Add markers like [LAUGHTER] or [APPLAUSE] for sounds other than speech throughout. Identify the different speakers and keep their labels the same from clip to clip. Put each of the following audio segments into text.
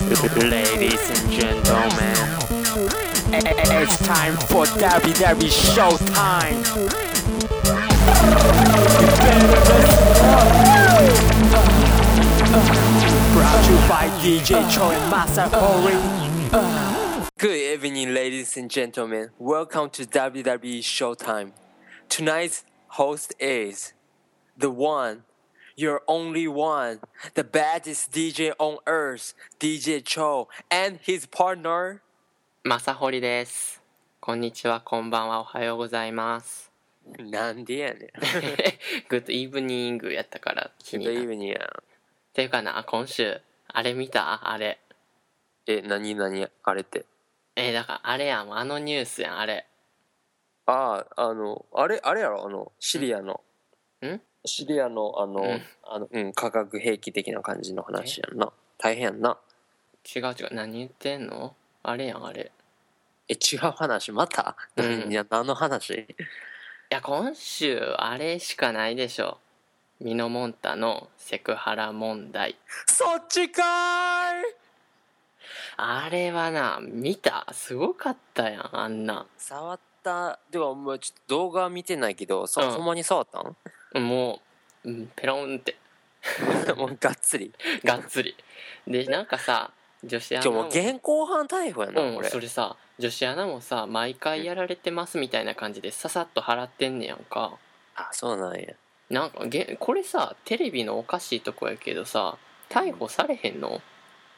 Speaker 1: Ladies and gentlemen, it's time for WWE Showtime. Brought to you by DJ Cho and Masahori.
Speaker 2: Good evening, ladies and gentlemen. Welcome to WWE Showtime. Tonight's host is the one, your only one, the baddest DJ on earth, DJ Cho, and his partner.
Speaker 3: まさほりです。こんにちは、こんばんは、おはようございます。 [LAUGHS]
Speaker 2: なんでやねん。
Speaker 3: グッドイブニングやったから気にな
Speaker 2: イ
Speaker 3: っ
Speaker 2: ブニーやん。
Speaker 3: ていうかな、今週、あれ見たあれ。
Speaker 2: え、なになにあれって。
Speaker 3: えーだからあれやん、あのニュースやん、あれ。
Speaker 2: ああ、あの、あれ、あれやろあの、シリアの。
Speaker 3: ん
Speaker 2: シリアの、あの、
Speaker 3: うん
Speaker 2: あの、うん、化学兵器的な感じの話やんな。大変やんな。
Speaker 3: 違う違う、何言ってんのあれやん、あれ。い
Speaker 2: え、違う話また、
Speaker 3: うん
Speaker 2: いや、何の話
Speaker 3: や、今週、あれしかないでしょ。ミノモンタのセクハラ問題。
Speaker 2: そっちかーい
Speaker 3: あれはな、見たすごかったやん、あんな。
Speaker 2: 触ったではもうちょっと動画は見てないけどさ、
Speaker 3: うん
Speaker 2: ほんまに触ったん
Speaker 3: もう、うん、ペロンって。
Speaker 2: [LAUGHS] もうがっつり
Speaker 3: がっつりでなんかさ女子ア
Speaker 2: 今
Speaker 3: ナ
Speaker 2: 日もう現行犯逮捕やな、
Speaker 3: うん
Speaker 2: これ
Speaker 3: それさ女子アナもさ毎回やられてますみたいな感じでささっと払ってんねやんか
Speaker 2: あそうなんや
Speaker 3: なんかげこれさテレビのおかしいとこやけどさ逮捕されへんの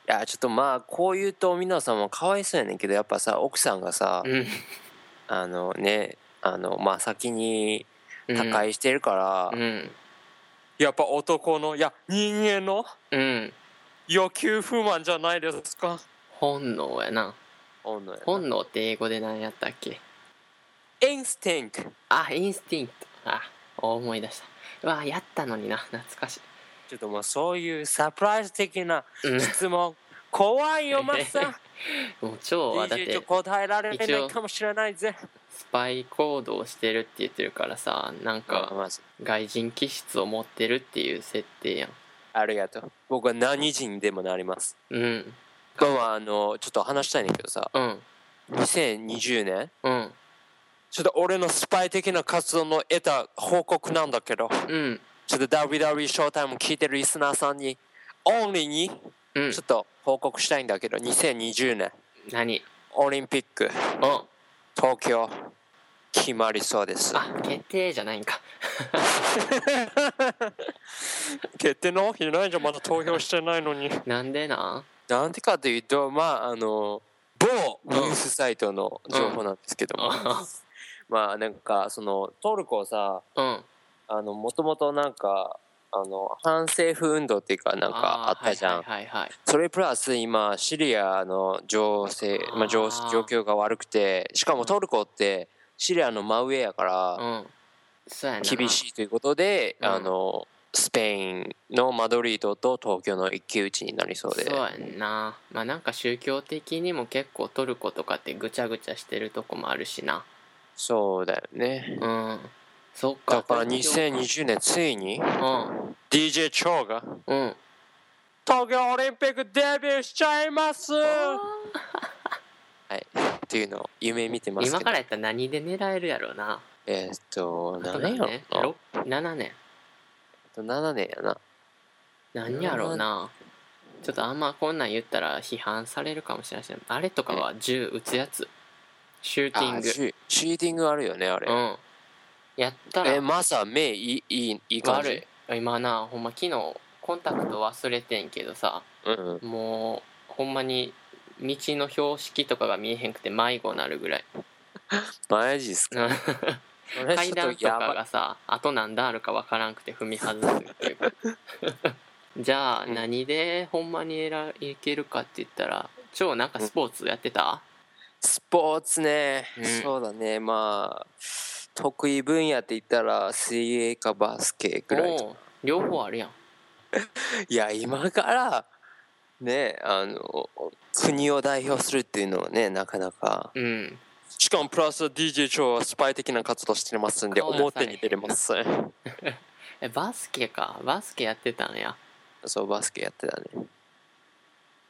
Speaker 2: いやちょっとまあこう言うと皆さんもかわいそうやねんけどやっぱさ奥さんがさ、
Speaker 3: うん
Speaker 2: あのねあのまあ先に
Speaker 3: うん
Speaker 2: 他界してるから、
Speaker 3: うん
Speaker 2: やっぱ男のいや人間の
Speaker 3: うん
Speaker 2: 欲求不満じゃないですか
Speaker 3: 本能やな
Speaker 2: 本能やな
Speaker 3: 本能って英語で何やったっけ
Speaker 2: インスティンク
Speaker 3: あインスティンクトあ思い出したうわやったのにな懐かし、
Speaker 2: ちょっともうそういうサプライズ的ない
Speaker 3: うん、
Speaker 2: 質問怖
Speaker 3: [LAUGHS]
Speaker 2: いよマッサン
Speaker 3: もう超はだっ
Speaker 2: DJ
Speaker 3: て
Speaker 2: と答えられ
Speaker 3: 一
Speaker 2: な
Speaker 3: 応
Speaker 2: いかもしれないぜ
Speaker 3: スパイ行動してるって言ってるからさなんか
Speaker 2: まず
Speaker 3: 外人気質を持ってるっていう設定やん
Speaker 2: ありがとう僕は何人でもなります
Speaker 3: うん
Speaker 2: まあまああのちょっと話したいねんだけどさ
Speaker 3: うん
Speaker 2: 2020年
Speaker 3: うん
Speaker 2: ちょっと俺のスパイ的な活動の得た報告なんだけど
Speaker 3: うん
Speaker 2: ちょっと WW ショータイム聞いてるリスナーさんにオンリーに
Speaker 3: うん
Speaker 2: ちょっと報告したいんだけど2020年
Speaker 3: 何
Speaker 2: オリンピック
Speaker 3: うん
Speaker 2: 東京決まりそうです
Speaker 3: あ決定じゃないんか
Speaker 2: [LAUGHS] 決定の日ないじゃんまだ投票してないのに
Speaker 3: なんでな
Speaker 2: なんでかというとまああの某ニュースサイトの情報なんですけども、 [LAUGHS] まあなんかそのトルコをさ
Speaker 3: うん
Speaker 2: あのもともとなんかあの反政府運動っていうかなんかあったじゃん、
Speaker 3: ーはいはいはい
Speaker 2: それプラス今シリアの情勢、まあ、
Speaker 3: あ
Speaker 2: 情
Speaker 3: ー
Speaker 2: 状況が悪くてしかもトルコってシリアの真上やから
Speaker 3: はいうんそうやな
Speaker 2: 厳しいということで、
Speaker 3: うん
Speaker 2: あのスペインのマドリードと東京の一騎打ちになりそうで
Speaker 3: そうやんなまあなんか宗教的にも結構トルコとかってぐちゃぐちゃしてるとこもあるしな
Speaker 2: そうだよね
Speaker 3: うんそっか
Speaker 2: だから2020年ついに
Speaker 3: うん
Speaker 2: DJ チョウが
Speaker 3: うん
Speaker 2: 東京オリンピックデビューしちゃいますはいっていうのを夢見てますけど
Speaker 3: 今からやったら何で狙えるやろうな
Speaker 2: えーっと
Speaker 3: あと
Speaker 2: 何
Speaker 3: 何
Speaker 2: 年やろ
Speaker 3: 年
Speaker 2: な
Speaker 3: ろ
Speaker 2: あと7
Speaker 3: 7年
Speaker 2: 年やな
Speaker 3: 何やろうなちょっとあんまこんなん言ったら批判されるかもしれないしあれとかは銃撃つやつシューティ
Speaker 2: あ
Speaker 3: ング
Speaker 2: シュシューティングあるよねあれ、
Speaker 3: うんやった
Speaker 2: え
Speaker 3: ら
Speaker 2: マサ目いいいいいい感じ
Speaker 3: 悪い今なほんま昨日コンタクト忘れてんけどさ
Speaker 2: うんうん
Speaker 3: もうほんまに道の標識とかが見えへんくて迷子なるぐらい
Speaker 2: マジっすか
Speaker 3: うん
Speaker 2: それ
Speaker 3: 階
Speaker 2: ちょ
Speaker 3: 段
Speaker 2: っ
Speaker 3: と
Speaker 2: や
Speaker 3: か
Speaker 2: ばい
Speaker 3: がさあと何段あるか分からんくて踏み外すっていうか [LAUGHS] じゃあ
Speaker 2: うん
Speaker 3: 何でほんまにえらいけるかって言ったら超なんかスポーツやってた、
Speaker 2: スポーツね、
Speaker 3: うん
Speaker 2: そうだねまあ得意分野って言ったら水泳かバスケぐらい
Speaker 3: おう両方あるやん
Speaker 2: いや今からねあの国を代表するっていうのはねなかなか
Speaker 3: うん
Speaker 2: しかもプラス DJ 長はスパイ的な活動してますんで
Speaker 3: 顔出さない
Speaker 2: 表に出れません
Speaker 3: えバスケかバスケやってたんや
Speaker 2: そうバスケやってたね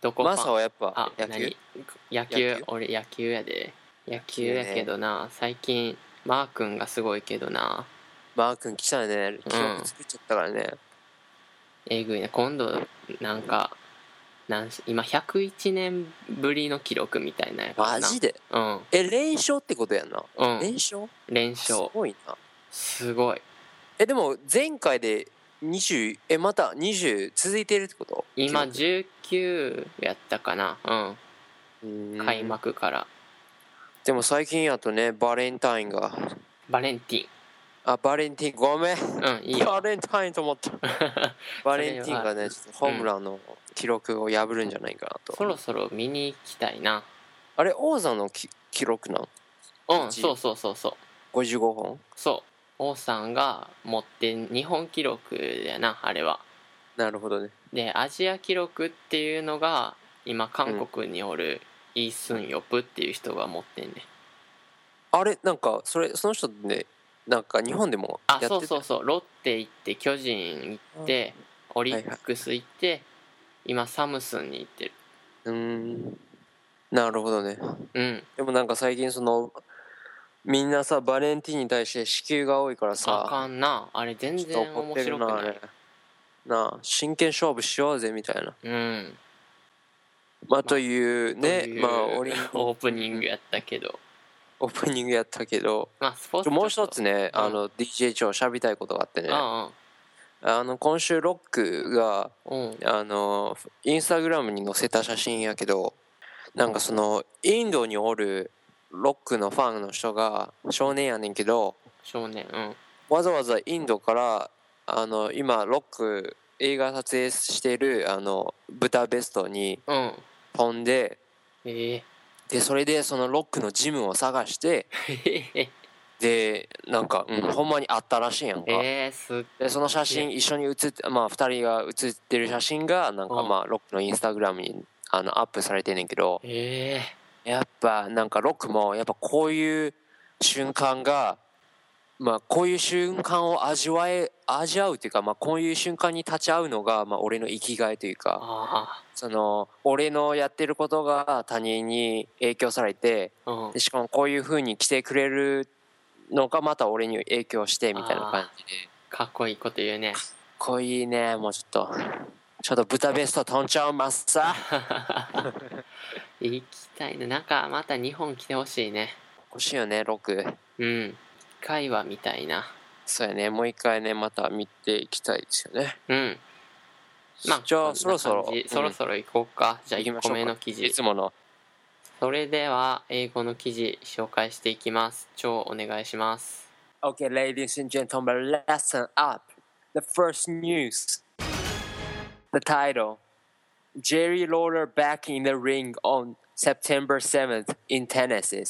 Speaker 3: どこファン
Speaker 2: マサはやっぱ
Speaker 3: あ
Speaker 2: 野球
Speaker 3: 何野球
Speaker 2: 野球
Speaker 3: 俺野球やで野球
Speaker 2: 野球
Speaker 3: や
Speaker 2: ね
Speaker 3: けどな、最近マー君がすごいけどな
Speaker 2: マー君来たね記録作っちゃったからね、
Speaker 3: えぐいな今度なんかなんし今101年ぶりの記録みたいなんやからな
Speaker 2: マジで
Speaker 3: うん
Speaker 2: え連勝ってことやんな、
Speaker 3: うん
Speaker 2: 連勝
Speaker 3: 連
Speaker 2: す
Speaker 3: 勝
Speaker 2: ごいな
Speaker 3: すごい
Speaker 2: えでも前回で20えまた20続いてるってこと
Speaker 3: 今19やったかなうん開
Speaker 2: 開
Speaker 3: 幕から
Speaker 2: でも最近やとねバレンタインが
Speaker 3: バレンティ
Speaker 2: あバレンティンごめん
Speaker 3: ンうんいいよ
Speaker 2: バレンタインと思った
Speaker 3: [LAUGHS]
Speaker 2: バレンティンがねちょっとホームランの記録を破るんじゃないかなと、
Speaker 3: そろそろ見に行きたいな
Speaker 2: あれ王座のき記録なん
Speaker 3: うん
Speaker 2: 一
Speaker 3: そうそうそうそう
Speaker 2: 55本
Speaker 3: そう王さんが持って日本記録やなあれは
Speaker 2: なるほどね
Speaker 3: でアジア記録っていうのが今韓国におるイ・スンヨプっていう人が持ってんね、
Speaker 2: あれなんかそれその人ねなんか日本でもやっ
Speaker 3: あ
Speaker 2: てた
Speaker 3: そうそうそうロッテ行って巨人行ってオリックス行って、今サムスンに行ってる
Speaker 2: うーんなるほどね
Speaker 3: うん
Speaker 2: でもなんか最近そのみんなさバレンティンに対して支給が多いから
Speaker 3: あ
Speaker 2: さ
Speaker 3: かんなあれ全
Speaker 2: ちょっ
Speaker 3: 然
Speaker 2: と怒っ
Speaker 3: 面
Speaker 2: てる
Speaker 3: 白く
Speaker 2: な
Speaker 3: な
Speaker 2: あれ
Speaker 3: い
Speaker 2: なあ真剣勝負しようぜみたいな
Speaker 3: うん
Speaker 2: まあというね
Speaker 3: という
Speaker 2: まあオリン [LAUGHS]
Speaker 3: オープニングやったけど
Speaker 2: オープニングやったけど
Speaker 3: まあスポーツ
Speaker 2: もう一つ
Speaker 3: ね
Speaker 2: ね、
Speaker 3: うん
Speaker 2: あの DJ 長しゃべりたいことがあってねあ
Speaker 3: あ
Speaker 2: の今週ロックが
Speaker 3: あうん
Speaker 2: あのインスタグラムに載せた写真やけどなんかそのインドにおるロックのファンの人が少年やねんけど
Speaker 3: 少年うん
Speaker 2: わざわざインドからあの今ロック映画撮影してるあのブダペストに
Speaker 3: うん
Speaker 2: 飛んで
Speaker 3: [LAUGHS] ええ
Speaker 2: でそれでそのロックのジムを探して
Speaker 3: え
Speaker 2: でなんか、うん、ほんまにあったらしいやんか、
Speaker 3: えす
Speaker 2: でその写真一緒に写ってまあ2人が写ってる写真がなんか
Speaker 3: うん
Speaker 2: まあロックのインスタグラムにあのアップされてんねんけど
Speaker 3: ええ
Speaker 2: やっぱなんかロックもやっぱこういう瞬間がまあこういう瞬間を味わえ味わうっていうかまあこういう瞬間に立ち会うのがまあ俺の生きがいというか
Speaker 3: あ
Speaker 2: その俺のやってることが他人に影響されて
Speaker 3: あうん
Speaker 2: でしかもこういう風に来てくれるのがまた俺に影響してみたいな感じで
Speaker 3: かっこいいこと言う
Speaker 2: [LAUGHS]
Speaker 3: ね
Speaker 2: かっこいいねもうちょっとちょっと豚ベスト飛んちゃうまっさ
Speaker 3: 行きたいななんかまた日本来てほしいね
Speaker 2: 欲しいよねロック
Speaker 3: うん一回は見たいな
Speaker 2: そうやねもう一回ねまた見ていきたいですよね
Speaker 3: うんまあ
Speaker 2: じゃあ
Speaker 3: こんな
Speaker 2: そろそろ
Speaker 3: 感じ
Speaker 2: うん
Speaker 3: そろそろ行こうかじゃあ1個目の記
Speaker 2: い
Speaker 3: 事
Speaker 2: つもの
Speaker 3: それでは英語の記事紹介していきます超お願いします
Speaker 2: Okay, ladies and gentlemen, listen up. The first news. The title Jerry Lawler back in the ring on September 7th in Tennessee.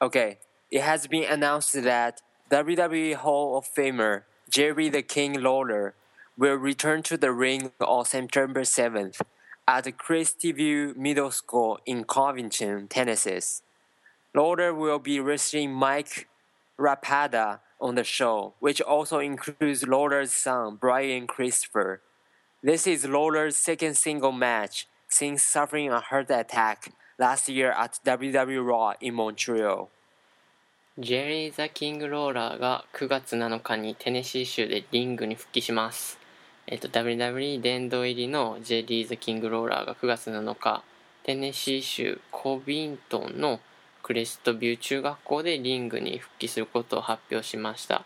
Speaker 2: Okay, it has been announced that WWE Hall of Famer Jerry the King Lawler will return to the ring on September 7th at Christie View Middle School in Covington, Tennessee. Lauder will be wrestling Mike Rapada on the show, which also includes Lauder's son, Brian Christopher. This is Lauder's second single match since suffering a heart attack last year at WWE Raw in Montreal.
Speaker 3: ジェリー・ザ・キング・ローラーが9月7日にテネシー州でリングに復帰します。えっと、WWE 殿堂入りのジェリー・ザ・キング・ローラーが9月7日、テネシー州コビントンのクレストビュー中学校でリングに復帰することを発表しました。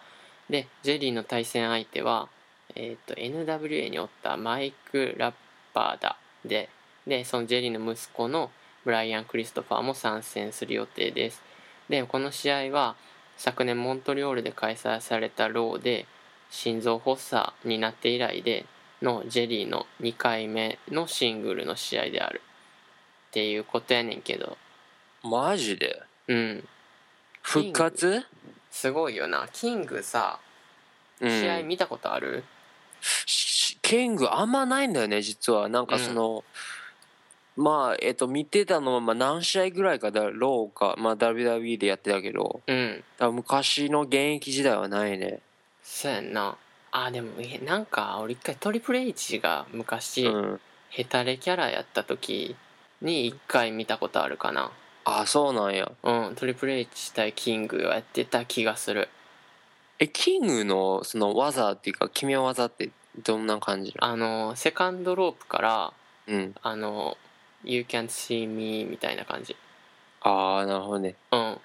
Speaker 3: で、ジェリーの対戦相手は、えっと、NWA におったマイク・ラッパーだ。で、で、そのジェリーの息子のブライアン・クリストファーも参戦する予定です。でこの試合は昨年モントリオールで開催されたローで心臓発作になって以来でのジェリーの2回目のシングルの試合であるっていうことやねんけどうんすごいよなキングさ試合見たことある、
Speaker 2: しキングあんまないんだよね実はなんかその、まあえっと見てたのはまあ何試合ぐらいかだろうか、まあ、WWE でやってたけど
Speaker 3: うん、
Speaker 2: だから昔の現役時代はないね
Speaker 3: そうやんなあでもえなんか俺一回トリプル H が昔、
Speaker 2: うん
Speaker 3: ヘタレキャラやった時に1回見たことあるかな
Speaker 2: あそうなんや
Speaker 3: うんトリプル H 対キングをやってた気がする
Speaker 2: えキングのその技っていうか決め技ってどんな感じな
Speaker 3: あのセカンドロープから
Speaker 2: のうん
Speaker 3: あの「You can't see me」みたいな感じ
Speaker 2: ああなるほどね
Speaker 3: うん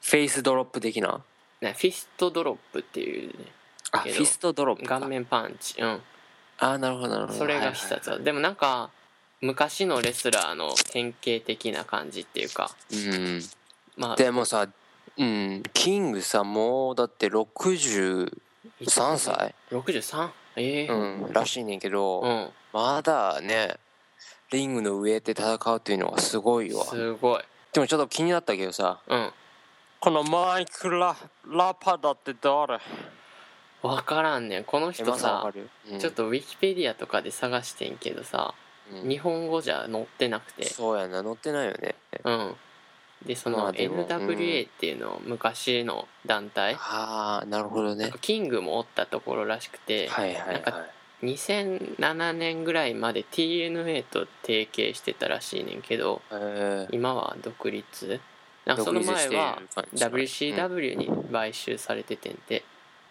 Speaker 2: フェイスドロップ的な
Speaker 3: ねフィストドロップっていうね
Speaker 2: あフ
Speaker 3: けど
Speaker 2: ィストドロップか
Speaker 3: 顔面パンチうん
Speaker 2: ああなるほどなるほど
Speaker 3: それが必殺
Speaker 2: は
Speaker 3: 技でもなんか昔のレスラーの典型的な感じっていうか
Speaker 2: いはいはいうん
Speaker 3: まあ
Speaker 2: でもさうんキングさもうだって63歳、
Speaker 3: 63? ええ
Speaker 2: うん、らしいねんけど、
Speaker 3: うん
Speaker 2: まだねリングの上で戦うっていうのはすごいわ
Speaker 3: すごい
Speaker 2: でもちょっと気になったけどさ
Speaker 3: うん
Speaker 2: このマイクララパダって誰
Speaker 3: 分からんねんこの人
Speaker 2: マさんわ
Speaker 3: さ
Speaker 2: かる、うん
Speaker 3: ちょっとウィキペディアとかで探してんけどさ
Speaker 2: うん
Speaker 3: 日本語じゃ載ってなくて
Speaker 2: そうやな乗ってないよね
Speaker 3: うんでそ
Speaker 2: ま
Speaker 3: の
Speaker 2: あでも
Speaker 3: NWA っていうの昔の団体
Speaker 2: ああなるほどね
Speaker 3: キングもおったところらしくて
Speaker 2: はいはいは
Speaker 3: なん
Speaker 2: い
Speaker 3: か2007年ぐらいまで TNA と提携してたらしいねんけど
Speaker 2: えー
Speaker 3: 今は独立なんかそ
Speaker 2: 独立
Speaker 3: の前
Speaker 2: している
Speaker 3: は
Speaker 2: 感じ
Speaker 3: WCW に買収されててんて、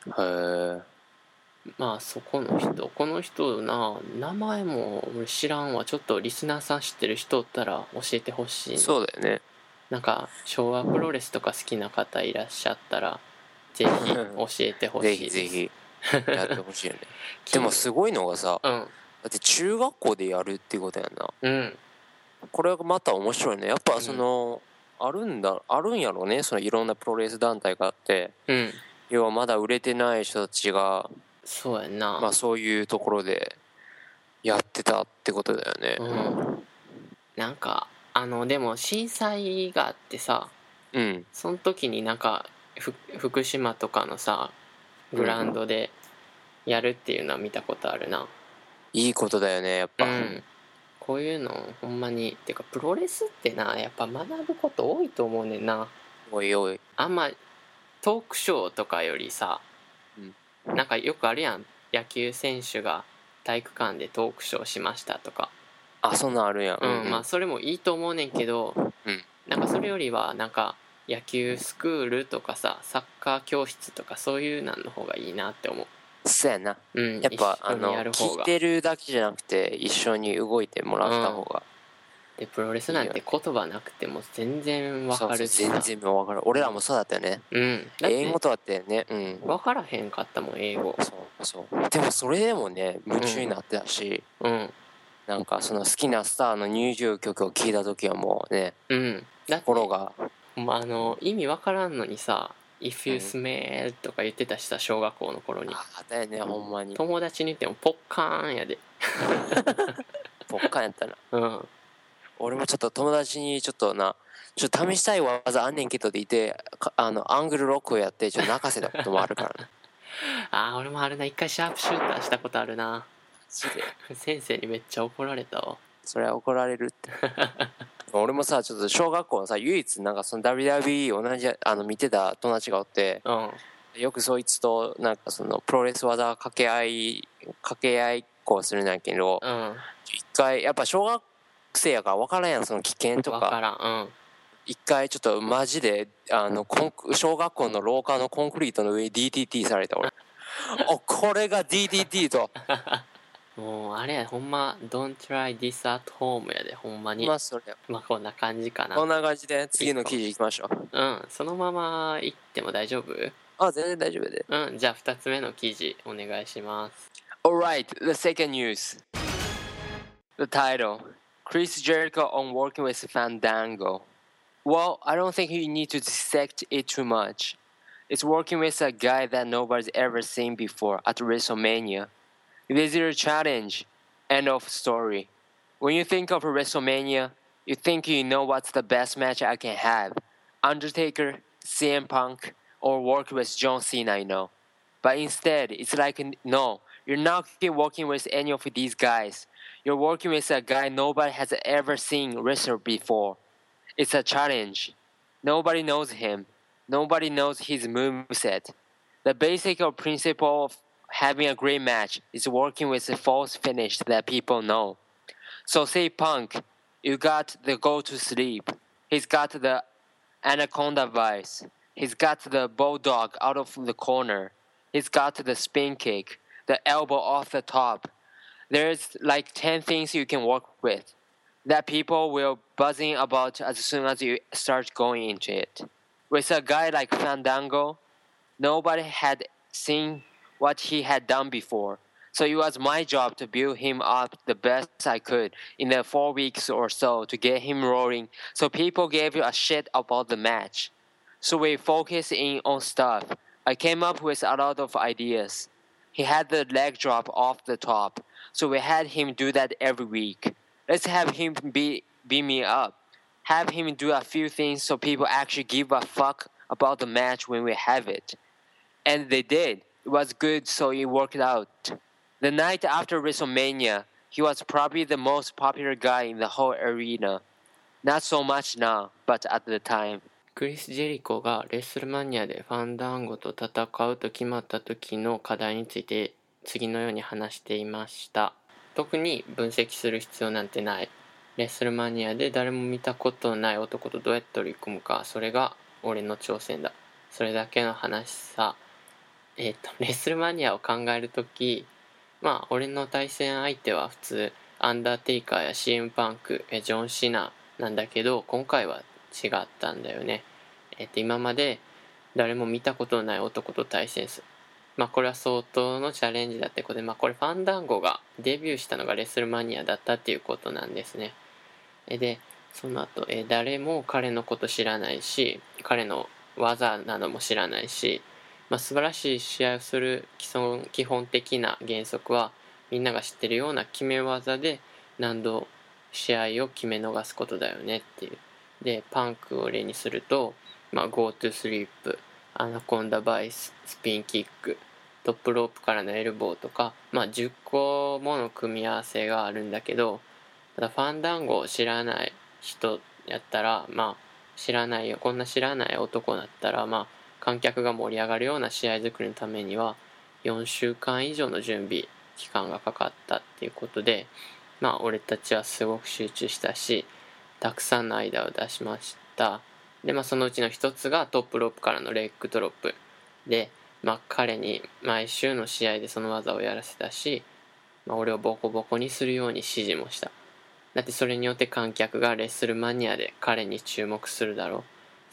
Speaker 2: うんへえ
Speaker 3: まあそこの人この人な名前も俺知らんわちょっとリスナーさん知ってる人おったら教えてほしいな
Speaker 2: そうだよね
Speaker 3: なんか昭和プロレスとか好きな方いらっしゃったらぜひ教えてほし
Speaker 2: ぜ
Speaker 3: い
Speaker 2: ひ
Speaker 3: です
Speaker 2: ぜひやってほしい [LAUGHS] よねでもすごいのがさ
Speaker 3: うん
Speaker 2: だって中学校でやるっていうことやんな
Speaker 3: うん
Speaker 2: これがまた面白いねやっぱその、あるんだあるんやろねそのいろんなプロレス団体があって
Speaker 3: うん
Speaker 2: 要はまだ売れてない人たちが、
Speaker 3: そうやんな、
Speaker 2: まあ、そういうところでやってたってことだよね
Speaker 3: うんなんかあのでも震災があってさ
Speaker 2: うん、
Speaker 3: その時になんかふ福島とかのさグラウンドでやるっていうのは見たことあるな
Speaker 2: いいことだよねやっ
Speaker 3: う
Speaker 2: ぱ、
Speaker 3: んこういうのほんまにてかプロレスってなやっぱ学ぶこと多いと思うねんな
Speaker 2: おいおい
Speaker 3: あんまトークショーとかよりさ、なんかよくあるやん野球選手が体育館でトークショーしましたとか
Speaker 2: あそんなんあるやん、
Speaker 3: うん、まあそれもいいと思うねんけど、
Speaker 2: うん
Speaker 3: なんかそれよりはなんか野球スクールとかさサッカー教室とかそういうなんの方がいいなって思
Speaker 2: そうやな
Speaker 3: う、う
Speaker 2: や
Speaker 3: ん、
Speaker 2: っぱ
Speaker 3: 一
Speaker 2: あ
Speaker 3: 緒に
Speaker 2: の
Speaker 3: やる方
Speaker 2: 聞
Speaker 3: が
Speaker 2: いてるだけじゃなくて一緒に動いてもらった方が、
Speaker 3: でプロレスなんて言葉なくても全然わ
Speaker 2: そう
Speaker 3: か
Speaker 2: そう
Speaker 3: るしさ
Speaker 2: 全然もう分かる俺らもそうだったよね
Speaker 3: うんだって
Speaker 2: 英語とだってねうん
Speaker 3: わからへんかったもん英語
Speaker 2: そうそうでもそれでもね夢中になってたし、
Speaker 3: うん
Speaker 2: なんかその好きなスターの入場曲を聴いた時はもうね
Speaker 3: うんだって
Speaker 2: 心が
Speaker 3: まあ、あの意味わからんのにさ「If you smell」とか言ってたしさ小学校の頃に
Speaker 2: あったよねほんまに
Speaker 3: 友達に言ってもポッカーンやで
Speaker 2: ぽっかんやったな
Speaker 3: うん
Speaker 2: 俺もちょっと友達にちょっとなちょっと試したい技あんねんけどって言ってかあのアングルロックをやってちょっと泣かせたこともあるから [LAUGHS] ね
Speaker 3: あー俺もあれな一回シャープシューターしたことあるな [LAUGHS] 先生にめっちゃ怒られたわ
Speaker 2: それは怒られるって [LAUGHS] 俺もさちょっと小学校のさ唯一なんかその WWE 同じあの見てた友達がおって
Speaker 3: うん
Speaker 2: よくそいつとなんかそのプロレス技掛け合い掛け合いっこをするんやけど
Speaker 3: うん
Speaker 2: 一回やっぱ小学生やから分からんやんその危険と
Speaker 3: わ
Speaker 2: か
Speaker 3: からん
Speaker 2: 一回ちょっとマジであのコンク小学校の廊下のコンクリートの上に DTT された [LAUGHS] 俺おこれが DTT と
Speaker 3: うんもうあれやほんま「Don't try this at home」やでほんまに
Speaker 2: ま
Speaker 3: ま
Speaker 2: あそれ
Speaker 3: あこんな感じかな
Speaker 2: こんな感じで次の記事いきましょう
Speaker 3: うんそのまま行っても大丈夫
Speaker 2: あ全然大丈夫で
Speaker 3: うんじゃあ2つ目の記事お願いします
Speaker 2: Alright the second news The title Chris Jericho on working with Fandango Well I don't think you need to dissect it too much It's working with a guy that nobody's ever seen before at WrestleMania This is your challenge. End of story. When you think of WrestleMania, you think you know what's the best match I can have Undertaker, CM Punk, or work with John Cena, you know. But instead, it's like, no, you're not working with any of these guys. You're working with a guy nobody has ever seen wrestle before. It's a challenge. Nobody knows him. Nobody knows his moveset. The basic or principle of having a great match is working with a false finish that people know. So say punk, you got the go to sleep. He's got the anaconda vice. He's got the bulldog out of the corner. He's got the spin kick, the elbow off the top. There's like 10 things you can work with that people will buzzing about as soon as you start going into it. With a guy like Fandango, nobody had seen what he had done before. So it was my job to build him up the best I could in the four weeks or so to get him rolling. So people gave a shit about the match. So we focused in on stuff. I came up with a lot of ideas. He had the leg drop off the top. So we had him do that every week. Let's have him be beat me up. Have him do a few things so people actually give a fuck about the match when we have it and they did. It was good, so it worked out. The night after WrestleMania, he was probably the most popular guy in the whole arena. Not so much now, but at the time.
Speaker 3: クリス・ジェリコがレッスルマニアでファンダンゴと戦うと決まった時の課題について次のように話していました特に分析する必要なんてないレッスルマニアで誰も見たことない男とどうやって取り組むかそれが俺の挑戦だそれだけの話さえっ、とレッスルマニアを考える時まあ俺の対戦相手は普通アンダーテイカーや CM パンクえジョン・シナなんだけど今回は違ったんだよねえっと、今まで誰も見たことのない男と対戦する。まあ、これは相当のチャレンジだってことで、まあ、これファンダンゴがデビューしたのがレッスルマニアだったっていうことなんですね。えで、その後、え誰も彼のこと知らないし、彼の技なども知らないし、まあ、素晴らしい試合をする基本基本的な原則は、みんなが知ってるような決め技で何度試合を決め逃すことだよねっていう。で、パンクを例にすると、まあ、Go to Sleep、アナコンダバイス、スピンキック、トップロープからのエルボーとか、まあ、10個もの組み合わせがあるんだけど、ただファンダンゴを知らない人やったら、まあ、知らないよ、こんな知らない男だったら、まあ、観客が盛り上がるような試合作りのためには、4週間以上の準備期間がかかったっていうことで、まあ、俺たちはすごく集中したし、たくさんの間を出しました。で、まあ、そのうちの一つがトップロープからのレッグドロップで、まあ、彼に毎週の試合でその技をやらせたし、まあ、俺をボコボコにするように指示もしただってそれによって観客がレッスルマニアで彼に注目するだろ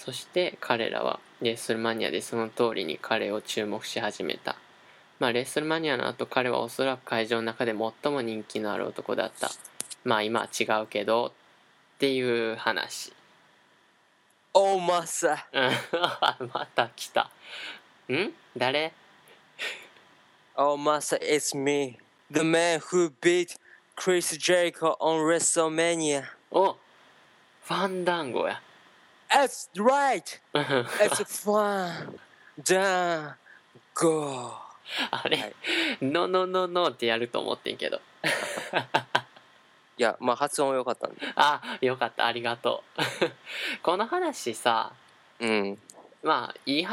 Speaker 3: うそして彼らはレッスルマニアでその通りに彼を注目し始めたまあレッスルマニアの後彼はおそらく会場の中で最も人気のある男だったまあ今は違うけどっていう話 [LAUGHS]
Speaker 2: Oh, Masa.
Speaker 3: うんまた来た。ん誰
Speaker 2: Oh, Masa, it's me. The man who beat Chris Jericho on WrestleMania.
Speaker 3: おファンダンゴや。 [LAUGHS]
Speaker 2: That's right. [LAUGHS] It's fun. Done. Go.
Speaker 3: あれ、ののののってやると思ってんけど。あ、よかった、ありがとう。 [LAUGHS] この話さ、
Speaker 2: いや、まあ発音良かったんで。うん。いい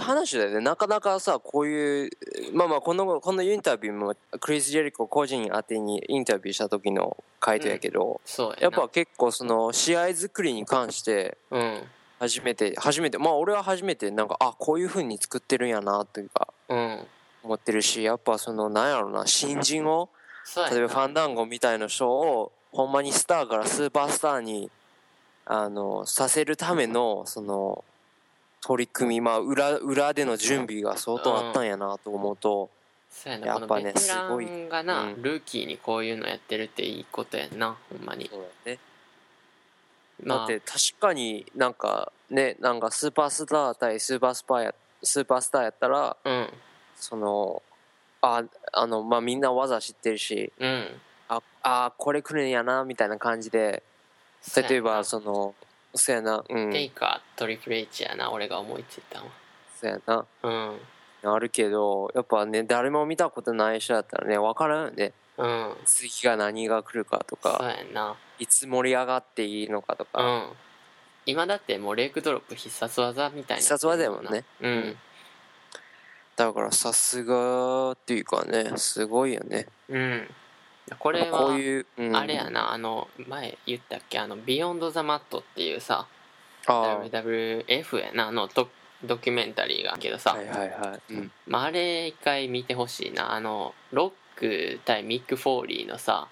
Speaker 2: 話だよね。なかなかさ、こういう、まあまあ、
Speaker 3: まあ、いい話やんな。
Speaker 2: まあまあこのこのインタビューもクリス・ジェリコ個人宛てにインタビューした時の回答やけど、
Speaker 3: そうやな。
Speaker 2: やっぱ、結構その試合作りに関して
Speaker 3: うん。
Speaker 2: 初めて初めてまあ俺は初めてなんかあこういう風に作ってるんやなというか
Speaker 3: うん。
Speaker 2: 思ってるしやっぱそのなんやろな新人を
Speaker 3: そうやな。
Speaker 2: 例えばファンダンゴみたいな人をほんまにスターからスーパースターにあのさせるためのその取り組みまあ裏裏での準備が相当あったんやなと思うと、
Speaker 3: そうやな。
Speaker 2: や
Speaker 3: こ
Speaker 2: っ
Speaker 3: の
Speaker 2: ぱ
Speaker 3: ベ
Speaker 2: ね
Speaker 3: テラ
Speaker 2: すごい
Speaker 3: ンがな、
Speaker 2: うん
Speaker 3: ルーキーにこういうのやってるっていいことやんな、ほんまに。
Speaker 2: だ
Speaker 3: ま
Speaker 2: っ
Speaker 3: あ
Speaker 2: て、確かになんかねなんかスーパースター対スーパースパーやスーパースターやったら
Speaker 3: うん。
Speaker 2: そのああのまあみんな技知ってるし
Speaker 3: うん。
Speaker 2: ああこれ来るんやなみたいな感じで
Speaker 3: そうやな
Speaker 2: 例えばそのそうやなうん
Speaker 3: テイカートリプル H やな俺が思いついた
Speaker 2: そうやな
Speaker 3: のうん
Speaker 2: あるけどやっぱね誰も見たことない人だったらね分からんよね
Speaker 3: うん
Speaker 2: 次が何が来るかと
Speaker 3: そう
Speaker 2: か
Speaker 3: やない
Speaker 2: つ盛り上がっていいのかと
Speaker 3: う
Speaker 2: か、
Speaker 3: ん今だってもうレイクドロップ必殺技みたいな
Speaker 2: 必殺技やもんね
Speaker 3: うん
Speaker 2: だからさすがっていうかねすごいよね
Speaker 3: うんこれは
Speaker 2: こういう、うん
Speaker 3: あれやなあの前言ったっけあの「ビヨンド・ザ・マット」っていうさ
Speaker 2: あー
Speaker 3: WWF やなあのドドキュメンタリーがあるけどさ、
Speaker 2: はいはいはい、うん、
Speaker 3: まあ、あれ一回見てほしいなあのロック対ミック・フォーリーのさ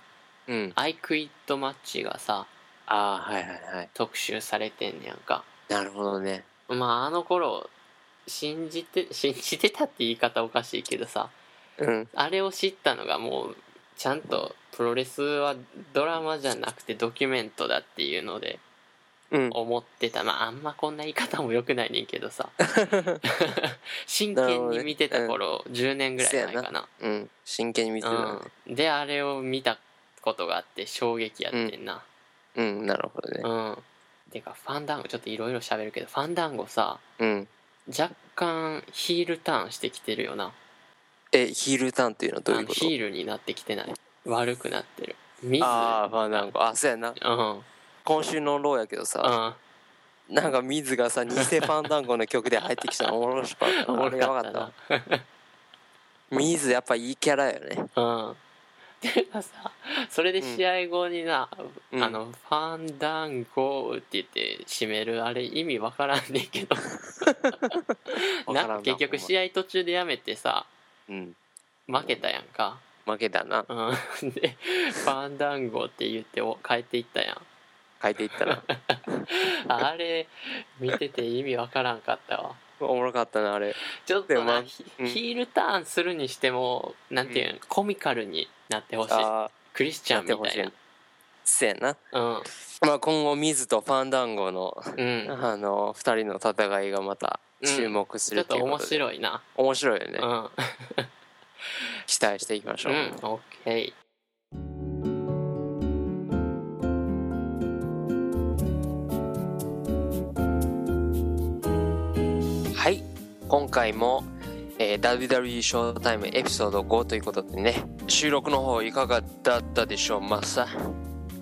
Speaker 2: うん
Speaker 3: 「アイクイットマッチ」がさ
Speaker 2: ああはいはいはい
Speaker 3: 特集されてんねやんか
Speaker 2: なるほどね
Speaker 3: まああの頃信じて [LAUGHS] 信じてたって言い方おかしいけどさ
Speaker 2: うん
Speaker 3: あれを知ったのがもうちゃんとプロレスはドラマじゃなくてドキュメントだっていうので
Speaker 2: うん
Speaker 3: 思ってたまああんまこんな言い方も良くないねんけどさ真剣に見てた頃、10年ぐらい前かな
Speaker 2: うん真剣に見てたね
Speaker 3: うん、であれを見たことがあって衝撃やってんな
Speaker 2: うん、なるほどね
Speaker 3: うん、てかファンダンゴちょっといろいろ喋るけどファンダンゴさ
Speaker 2: うん
Speaker 3: 若干ヒールターンしてきてるよな
Speaker 2: えヒールターンっていうのはどういうこと
Speaker 3: あのヒールになってきてない悪くなってるミズ
Speaker 2: ああファンダンゴあそうやな
Speaker 3: うん
Speaker 2: 今週のローやけどさ、
Speaker 3: う
Speaker 2: なんかミズがさ偽ファンダンゴの曲で入ってきた
Speaker 3: [LAUGHS]
Speaker 2: のおもろしかった
Speaker 3: ん
Speaker 2: なあれやばかったわミズやっぱいいキャラよね
Speaker 3: うんてかさそれで試合後にな、
Speaker 2: うん
Speaker 3: あの「ファンダンゴ」って言って締めるあれ意味わからんねんけ
Speaker 2: [LAUGHS]
Speaker 3: ど
Speaker 2: わから
Speaker 3: なんん
Speaker 2: な
Speaker 3: か結局試合途中でやめてさ
Speaker 2: うん
Speaker 3: 負けたやんか、
Speaker 2: 負けたな
Speaker 3: うん、で「ファンダンゴ」って言ってお変えていったやん
Speaker 2: 変えていった
Speaker 3: [LAUGHS]
Speaker 2: ら
Speaker 3: あれ見てて意味わからんかったわ
Speaker 2: おもろかったなあれ
Speaker 3: ちょっと
Speaker 2: で
Speaker 3: な
Speaker 2: もまあ
Speaker 3: ヒ
Speaker 2: うん
Speaker 3: ヒールターンするにしてもなんていうん、コミカルになってほしい
Speaker 2: ああ
Speaker 3: クリスチ
Speaker 2: や
Speaker 3: ャ
Speaker 2: っ
Speaker 3: ン
Speaker 2: て
Speaker 3: み
Speaker 2: ほ
Speaker 3: た
Speaker 2: し
Speaker 3: い
Speaker 2: い
Speaker 3: な
Speaker 2: そうやな
Speaker 3: うん
Speaker 2: まあ今後ミズとファンダンゴの
Speaker 3: うん
Speaker 2: あの二人の戦いがまた注目す
Speaker 3: ち
Speaker 2: る
Speaker 3: ょ
Speaker 2: っ
Speaker 3: ってと
Speaker 2: いうこ
Speaker 3: 面
Speaker 2: とで、
Speaker 3: 白いな、
Speaker 2: 面白いよね
Speaker 3: うんうん
Speaker 2: 期待していきましょう、
Speaker 3: オッケ
Speaker 2: はい今回も、えー WWE ショータイムエピソード5ということでね収録の方いかがだったでしょうマッサ
Speaker 3: ー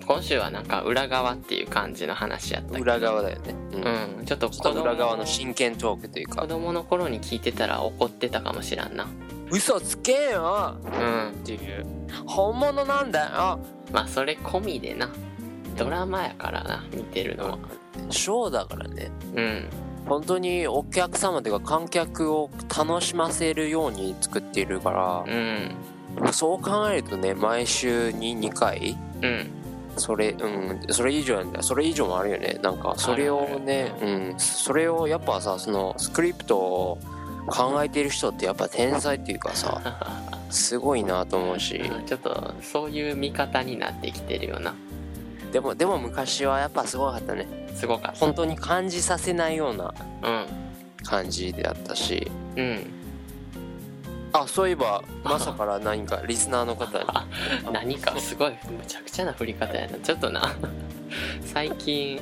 Speaker 3: 今週はなんか裏側っていう感じの話やったけど
Speaker 2: 裏側だよねうん、
Speaker 3: うんちょっと子
Speaker 2: ちょっと
Speaker 3: 供
Speaker 2: 裏側の真剣トークという
Speaker 3: 子
Speaker 2: か
Speaker 3: 供の頃に聞いてたら怒ってたかもしらんな
Speaker 2: 嘘つけよ
Speaker 3: うん
Speaker 2: っていう本物なんだよ
Speaker 3: まあそれ込みでなドラマやからな見てるのは
Speaker 2: ショーだからね
Speaker 3: うん
Speaker 2: 本当にお客様というか観客を楽しませるように作っているか
Speaker 3: うん
Speaker 2: らそう考えるとね毎週に2回
Speaker 3: うん
Speaker 2: それうんそれ以上なんだそれ以上もあるよねなんかそれをねうんそれをやっぱさそのスクリプトを考えてる人ってやっぱ天才っていうかさすごいなと思うし
Speaker 3: うんちょっとそういう見方になってきてるよな
Speaker 2: でもでも昔はやっぱすごかったね
Speaker 3: すごかっ
Speaker 2: 本当に感じさせないような
Speaker 3: たうん
Speaker 2: 感じだったし
Speaker 3: うん
Speaker 2: あそういえばまさから何かリスナーの方に
Speaker 3: 何かすごいむちゃくちゃな振り方やなちょっとな最近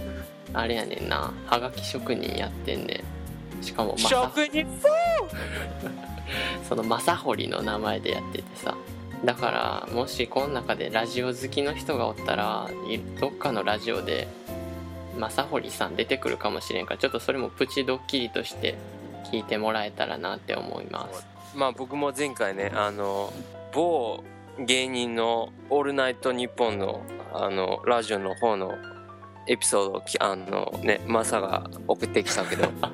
Speaker 3: あれやねんなはがき職人やってんねんしかもまさ
Speaker 2: 人
Speaker 3: その正堀の名前でやっててさだからもしこの中でラジオ好きの人がおったらいどっかのラジオで正堀さん出てくるかもしれんからちょっとそれもプチドッキリとして聞いてもらえたらなって思います
Speaker 2: まあ僕も前回ねあの某芸人の「オールナイトニッポンの」あのラジオの方のエピソードをきあのねマサが送ってきたけど [LAUGHS] 爆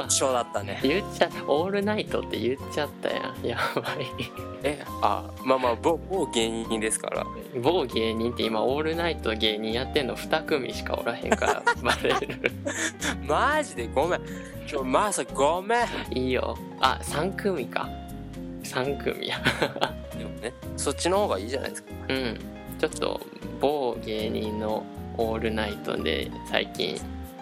Speaker 2: 笑だったね
Speaker 3: 言っちゃオールナイトって言っちゃったやんやばい
Speaker 2: えあまあまあ某某芸人ですから
Speaker 3: 某芸人って今オールナイト芸人やってんの2組しかおらへんからバレる
Speaker 2: マジでごめんちょマサごめん
Speaker 3: いいよあ3組か3組や
Speaker 2: でもねそっちの方がいいじゃないですか
Speaker 3: うんちょっと某芸人の「オールナイト」で最近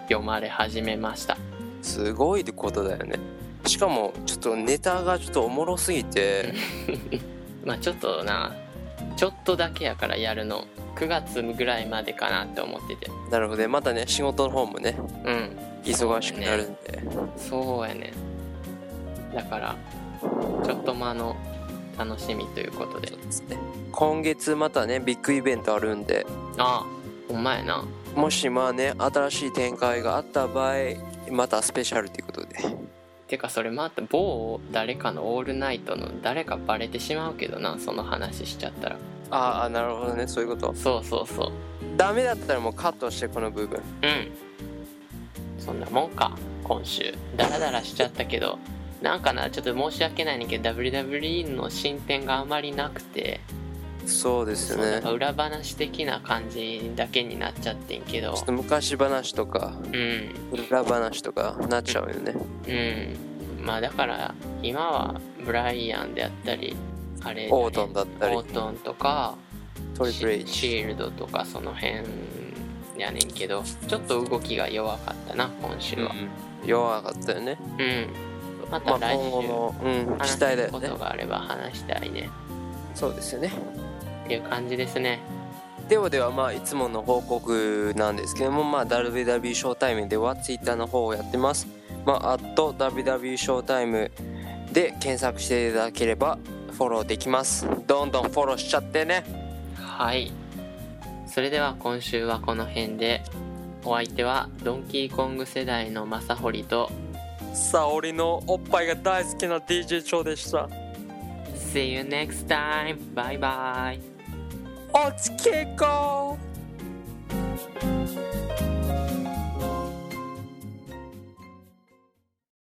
Speaker 3: 読まれ始めました
Speaker 2: すごいことだよねしかもちょっとネタがちょっとおもろすぎて
Speaker 3: まあちょっとなちょっとだけやからやるの9月ぐらいまでかなって思ってて
Speaker 2: なるほどねまたね仕事の方もね
Speaker 3: うん
Speaker 2: 忙しくなるんで、
Speaker 3: そうやねだからちょっと間の楽しみということで
Speaker 2: 今月またねビッグイベントあるんで
Speaker 3: ああほんまやな
Speaker 2: もしまあね新しい展開があった場合またスペシャルということで
Speaker 3: てかそれもあった某誰かのオールナイトの誰かバレてしまうけどなその話しちゃったら
Speaker 2: ああなるほどねそういうこと
Speaker 3: そうそうそう
Speaker 2: ダメだったらもうカットしてこの部分
Speaker 3: うんそんなもんか今週ダラダラしちゃったけどなんかなちょっと申し訳ないねんけど WWE の進展があまりなくて
Speaker 2: そうです
Speaker 3: そうなん
Speaker 2: ね
Speaker 3: か裏話的な感じだけになっちゃってんけど
Speaker 2: ちょっと昔話とか
Speaker 3: うん
Speaker 2: 裏話とかなっちゃうよね
Speaker 3: うんまあだから今はブライアンであったりあれ
Speaker 2: オートンだったり
Speaker 3: オートンとか
Speaker 2: トリプル H
Speaker 3: シシールドとかその辺やねんけどちょっと動きが弱かったな今週は
Speaker 2: 弱かったよね
Speaker 3: うん、ま
Speaker 2: ま
Speaker 3: た
Speaker 2: あ
Speaker 3: 来
Speaker 2: 今後
Speaker 3: 週
Speaker 2: の、うん、
Speaker 3: 話
Speaker 2: 期待
Speaker 3: せ
Speaker 2: だ
Speaker 3: る
Speaker 2: よ
Speaker 3: こ
Speaker 2: ね
Speaker 3: とがあれば話したいね
Speaker 2: そうですよね
Speaker 3: っていう感じですね
Speaker 2: ではではまあいつもの報告なんですけどもまあ WW ショータイムでは Twitter の方をやってますまあ @WW ショータイムで検索していただければフォローできますどんどんフォローしちゃってね
Speaker 3: はいそれでは今週はこの辺でお相手はドンキーコング世代の正堀と
Speaker 2: 沙織のおっぱいが大好きな DJ 長でした
Speaker 3: See you next time! バイバイ
Speaker 2: おつけこう